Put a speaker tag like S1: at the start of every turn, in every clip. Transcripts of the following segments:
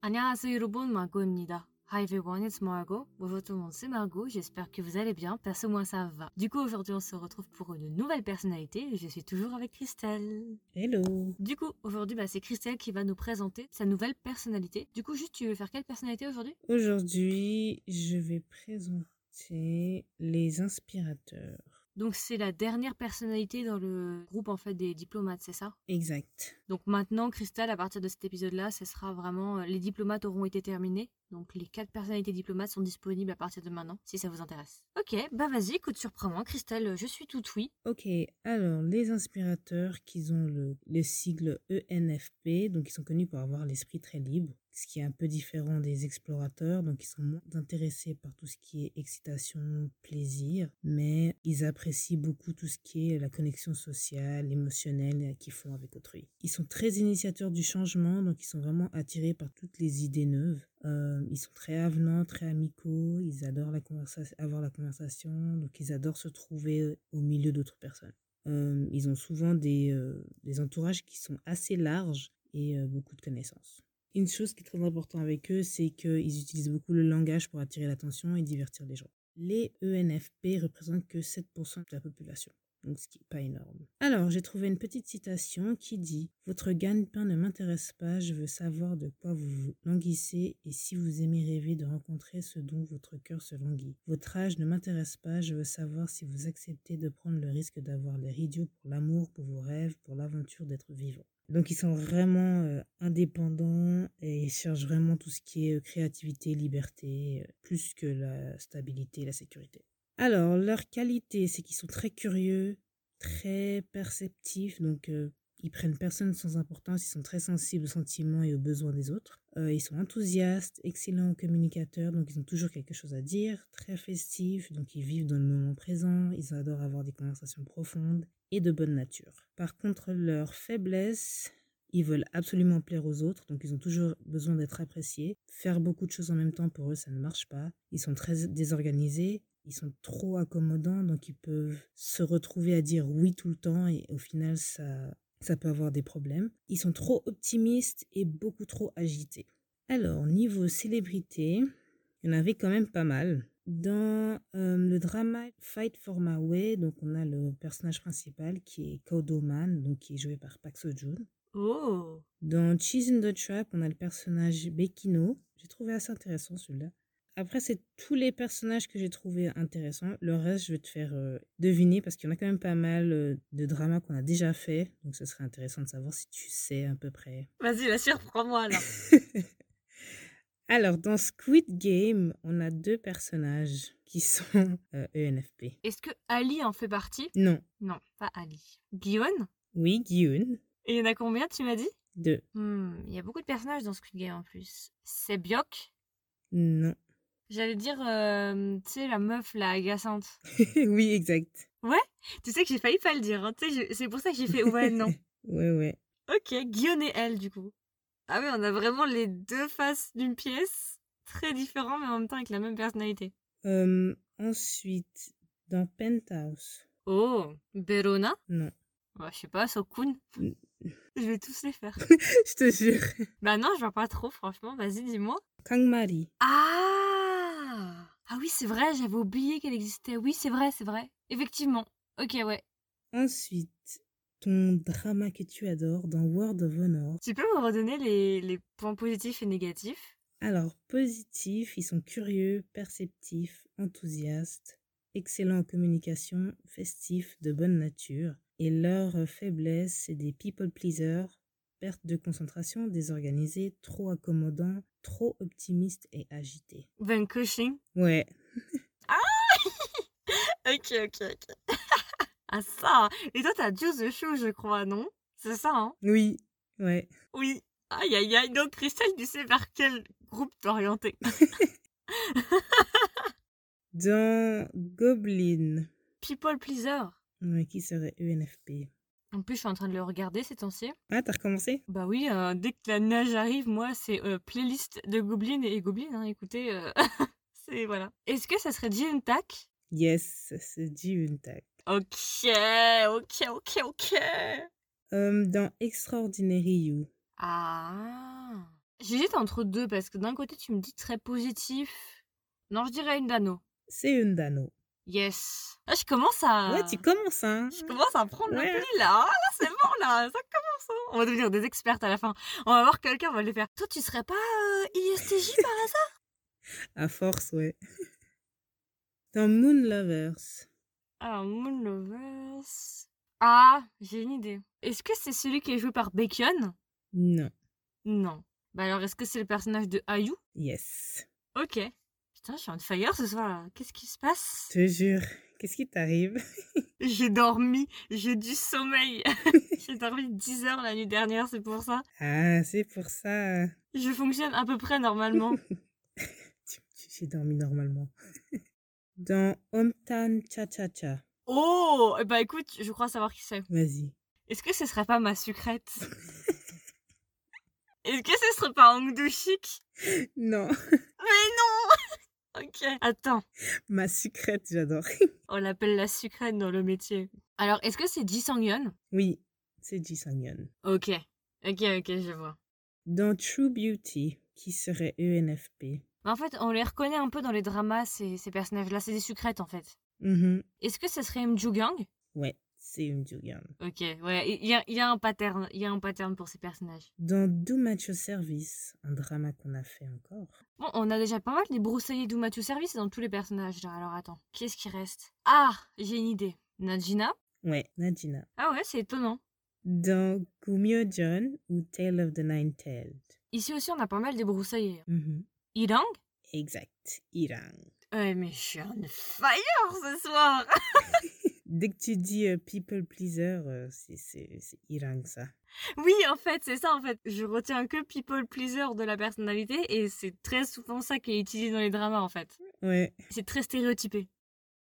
S1: 안녕하세요 여러분, Margo입니다. Hi everyone, it's Margot. Bonjour tout le monde, c'est Margot. J'espère que vous allez bien, perso moi ça va. Du coup, aujourd'hui, on se retrouve pour une nouvelle personnalité et je suis toujours avec Christelle.
S2: Hello
S1: Du coup, aujourd'hui, bah, c'est Christelle qui va nous présenter sa nouvelle personnalité. Du coup, juste, tu veux faire quelle personnalité aujourd'hui
S2: Aujourd'hui, je vais présenter les inspirateurs.
S1: Donc, c'est la dernière personnalité dans le groupe, en fait, des diplomates, c'est ça
S2: Exact.
S1: Donc maintenant, Crystal, à partir de cet épisode-là, ce sera vraiment... euh, Les diplomates auront été terminés. Donc les quatre personnalités diplomates sont disponibles à partir de maintenant, si ça vous intéresse. Ok, bah vas-y, coup de surprenant. Crystal, euh, je suis tout oui.
S2: Ok, alors les inspirateurs qui ont le, le sigle E ENFP, donc ils sont connus pour avoir l'esprit très libre, ce qui est un peu différent des explorateurs, donc ils sont moins intéressés par tout ce qui est excitation, plaisir, mais ils apprécient beaucoup tout ce qui est euh, la connexion sociale, émotionnelle euh, qu'ils font avec autrui. Ils sont très initiateurs du changement, donc ils sont vraiment attirés par toutes les idées neuves. Euh, ils sont très avenants, très amicaux, ils adorent la conversation, avoir la conversation, donc ils adorent se trouver euh, au milieu d'autres personnes. Euh, ils ont souvent des, euh, des entourages qui sont assez larges et euh, beaucoup de connaissances. Une chose qui est très importante avec eux, c'est qu'ils utilisent beaucoup le langage pour attirer l'attention et divertir les gens. Les E ENFP représentent que 7% de la population, donc ce qui n'est pas énorme. Alors, j'ai trouvé une petite citation qui dit Votre gagne-pain ne m'intéresse pas, je veux savoir de quoi vous vous languissez et si vous aimez rêver de rencontrer ce dont votre cœur se languit. Votre âge ne m'intéresse pas, je veux savoir si vous acceptez de prendre le risque d'avoir l'air idiot pour l'amour, pour vos rêves, pour l'aventure d'être vivant. Donc ils sont vraiment euh, indépendants et ils cherchent vraiment tout ce qui est euh, créativité, liberté, euh, plus que la stabilité et la sécurité. Alors leur qualité, c'est qu'ils sont très curieux, très perceptifs, donc euh, ils prennent personne sans importance, ils sont très sensibles aux sentiments et aux besoins des autres. Euh, ils sont enthousiastes, excellents communicateurs, donc ils ont toujours quelque chose à dire, très festifs, donc ils vivent dans le moment présent, ils adorent avoir des conversations profondes et de bonne nature. Par contre, leur faiblesse, ils veulent absolument plaire aux autres, donc ils ont toujours besoin d'être appréciés. Faire beaucoup de choses en même temps, pour eux, ça ne marche pas. Ils sont très désorganisés, ils sont trop accommodants, donc ils peuvent se retrouver à dire oui tout le temps, et au final, ça, ça peut avoir des problèmes. Ils sont trop optimistes et beaucoup trop agités. Alors, niveau célébrité, il y en avait quand même pas mal. Dans euh, le drama Fight for My Way, donc on a le personnage principal qui est Kodoman, donc qui est joué par Park Seo-joon.
S1: Oh
S2: Dans Cheese in the Trap, on a le personnage Bekino. J'ai trouvé assez intéressant celui-là. Après, c'est tous les personnages que j'ai trouvé intéressants. Le reste, je vais te faire euh, deviner parce qu'il y en a quand même pas mal euh, de dramas qu'on a déjà fait. Donc, ce serait intéressant de savoir si tu sais à peu près.
S1: Vas-y, la surprends-moi là.
S2: Alors, dans Squid Game, on a deux personnages qui sont euh, ENFP.
S1: Est-ce que Ali en fait partie
S2: Non.
S1: Non, pas Ali. Guillaume
S2: Oui, Gyun.
S1: Et il y en a combien, tu m'as dit
S2: Deux.
S1: Hmm, il y a beaucoup de personnages dans Squid Game en plus. C'est Biok
S2: Non.
S1: J'allais dire, euh, tu sais, la meuf là, agaçante.
S2: oui, exact.
S1: Tu sais que j'ai failli pas le dire, hein. tu sais, je- c'est pour ça que j'ai fait ouais, non.
S2: Ouais, ouais.
S1: Ok, Guillaume et elle, du coup. Ah oui, on a vraiment les deux faces d'une pièce, très différents, mais en même temps avec la même personnalité.
S2: Euh, ensuite, dans Penthouse.
S1: Oh, Berona
S2: Non.
S1: Ouais, Je sais pas, Sokun Je vais tous les faire.
S2: Je te jure.
S1: bah non, je vois pas trop, franchement, vas-y, dis-moi.
S2: Kangmari.
S1: Ah Ah oui, c'est vrai, j'avais oublié qu'elle existait. Oui, c'est vrai, c'est vrai. Effectivement. Ok, ouais.
S2: Ensuite, ton drama que tu adores dans World of Honor.
S1: Tu peux me redonner les, les points positifs et négatifs
S2: Alors, positif, ils sont curieux, perceptifs, enthousiastes, excellents en communication, festifs, de bonne nature. Et leur euh, faiblesse, c'est des people pleasers, perte de concentration, désorganisés, trop accommodants, trop optimistes et agités.
S1: Van Cushing
S2: Ouais,
S1: Ok, ok, ok. ah ça Et toi, t'as Juice the Show, je crois, non C'est ça, hein
S2: oui, ouais.
S1: Oui. Aïe, aïe, aïe. Donc, Christelle, tu sais vers quel groupe t'orienter
S2: Dans Goblin,
S1: People Pleaser.
S2: ouais, qui serait E ENFP.
S1: En plus, je suis en train de le regarder ces temps-ci.
S2: Ah, t'as recommencé
S1: Bah oui, euh, dès que la nage arrive, moi, c'est euh, playlist de Goblin et Goblin, hein, écoutez. euh, c'est, voilà. Est-ce que ça serait Jin Tak
S2: Yes, c'est Ji tac.
S1: Ok, ok, ok, ok.
S2: Hum, Euh, dans Extraordinary You.
S1: Ah. J'hésite entre deux parce que d'un côté, tu me dis très positif. Non, je dirais une dano.
S2: C'est une dano.
S1: Yes. Là, je commence à.
S2: Ouais, tu commences, hein.
S1: Ah. Je commence à prendre
S2: Ouais.
S1: le pli là. Ah, là, c'est bon là. Ça commence. hein. On va devenir des expertes à la fin. On va voir quelqu'un va le faire. Toi, tu serais pas euh, ISTJ par hasard
S2: À force, ouais. Dans Moon Lovers.
S1: Alors, Moon Lovers. Ah, j'ai une idée. Est-ce que c'est celui qui est joué par Bacon
S2: Non.
S1: Non. Bah alors, est-ce que c'est le personnage de Ayu
S2: Yes.
S1: Ok. Putain, je suis on fire ce soir là. Qu'est-ce qui se passe
S2: Je te jure. Qu'est-ce qui t'arrive
S1: J'ai dormi, j'ai du sommeil. j'ai dormi 10 heures la nuit dernière, c'est pour ça.
S2: Ah, c'est pour ça.
S1: Je fonctionne à peu près normalement.
S2: Tu- tu- J'ai dormi normalement. Dans Hometown Cha Cha Cha.
S1: oh Bah écoute, je crois savoir qui c'est.
S2: Vas-y.
S1: Est-ce que ce serait pas ma sucrète Est-ce que ce serait pas Hangdou Chic
S2: Non.
S1: Mais non Ok. Attends,
S2: Ma secrète, j'adore.
S1: on l'appelle la sucrète dans le métier. Alors, est-ce que c'est Ji Sang-yeon
S2: Oui, c'est Ji Sang-yeon.
S1: Ok. Ok, ok, je vois.
S2: Dans True Beauty, qui serait E ENFP.
S1: Mais en fait, on les reconnaît un peu dans les dramas, ces, ces personnages-là. C'est des sucrètes, en fait.
S2: Mhm.
S1: Est-ce que ce serait M. Gang
S2: Ouais, c'est une Joo-yeon.
S1: Ok, ouais, il y a, il y a un pattern. Il y a un pattern pour ces personnages.
S2: Dans Do Macho Service, un drama qu'on a fait encore.
S1: Bon, on a déjà pas mal des broussailles d'Umatu Service dans tous les personnages, là. Alors, attends, qu'est-ce qui reste Ah, j'ai une idée. Najina
S2: Ouais, Nadina.
S1: Ah ouais, c'est étonnant.
S2: Dans Gumyo John ou Tale of the Nine-Tailed.
S1: Ici aussi, on a pas mal des broussailles.
S2: Mhm.
S1: Irang
S2: Exact, Irang.
S1: Ouais, Eh, mais je suis un fire ce soir
S2: Dès que tu dis euh, People Pleaser, euh, c'est- c'est c'est Irang ça.
S1: Oui, en fait, c'est ça, en fait. Je retiens que people pleaser de la personnalité et c'est très souvent ça qui est utilisé dans les dramas, en fait.
S2: Ouais.
S1: C'est très stéréotypé.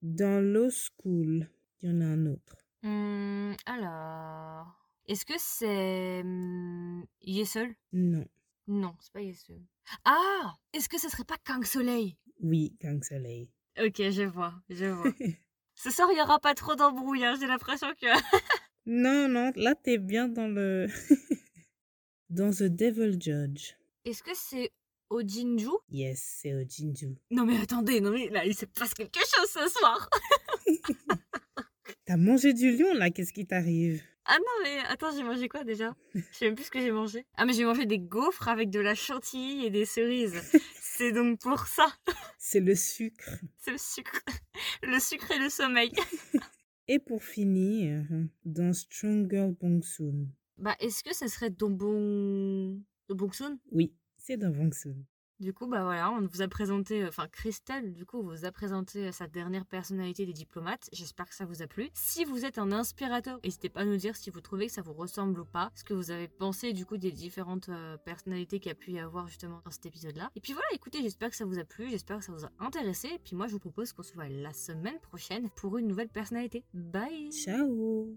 S2: Dans Law School, il y en a un autre.
S1: Hum, alors... Est-ce que c'est... hum, Yesol
S2: Non.
S1: Non, c'est pas Yesol. Ah Est-ce que ce serait pas Kang Soleil
S2: Oui, Gang Soleil.
S1: Ok, je vois, je vois. ce soir, il y aura pas trop d'embrouilles, hein, j'ai l'impression que...
S2: Non, non, là t'es bien dans le. dans The Devil Judge.
S1: Est-ce que c'est Ojinju
S2: Yes, c'est au Jinju.
S1: Non mais attendez, non mais là, il se passe quelque chose ce soir
S2: T'as mangé du lion là, qu'est-ce qui t'arrive
S1: Ah non, mais attends, j'ai mangé quoi déjà Je sais même plus ce que j'ai mangé. Ah, mais j'ai mangé des gaufres avec de la chantilly et des cerises. C'est donc pour ça,
S2: C'est le sucre.
S1: c'est le sucre. Le sucre et le sommeil.
S2: Et pour finir, dans Strong Girl Bong Soon.
S1: Bah, est-ce que ça serait Donbon. Donbonxun
S2: Oui, c'est dans Bong Soon.
S1: Du coup, bah voilà, on vous a présenté, euh, enfin Christelle, du coup, vous a présenté euh, sa dernière personnalité des diplomates. J'espère que ça vous a plu. Si vous êtes un inspirateur, n'hésitez pas à nous dire si vous trouvez que ça vous ressemble ou pas, ce que vous avez pensé du coup des différentes euh, personnalités qu'il y a pu y avoir justement dans cet épisode-là. Et puis voilà, écoutez, j'espère que ça vous a plu, j'espère que ça vous a intéressé. Et puis moi, je vous propose qu'on se voit la semaine prochaine pour une nouvelle personnalité. Bye
S2: Ciao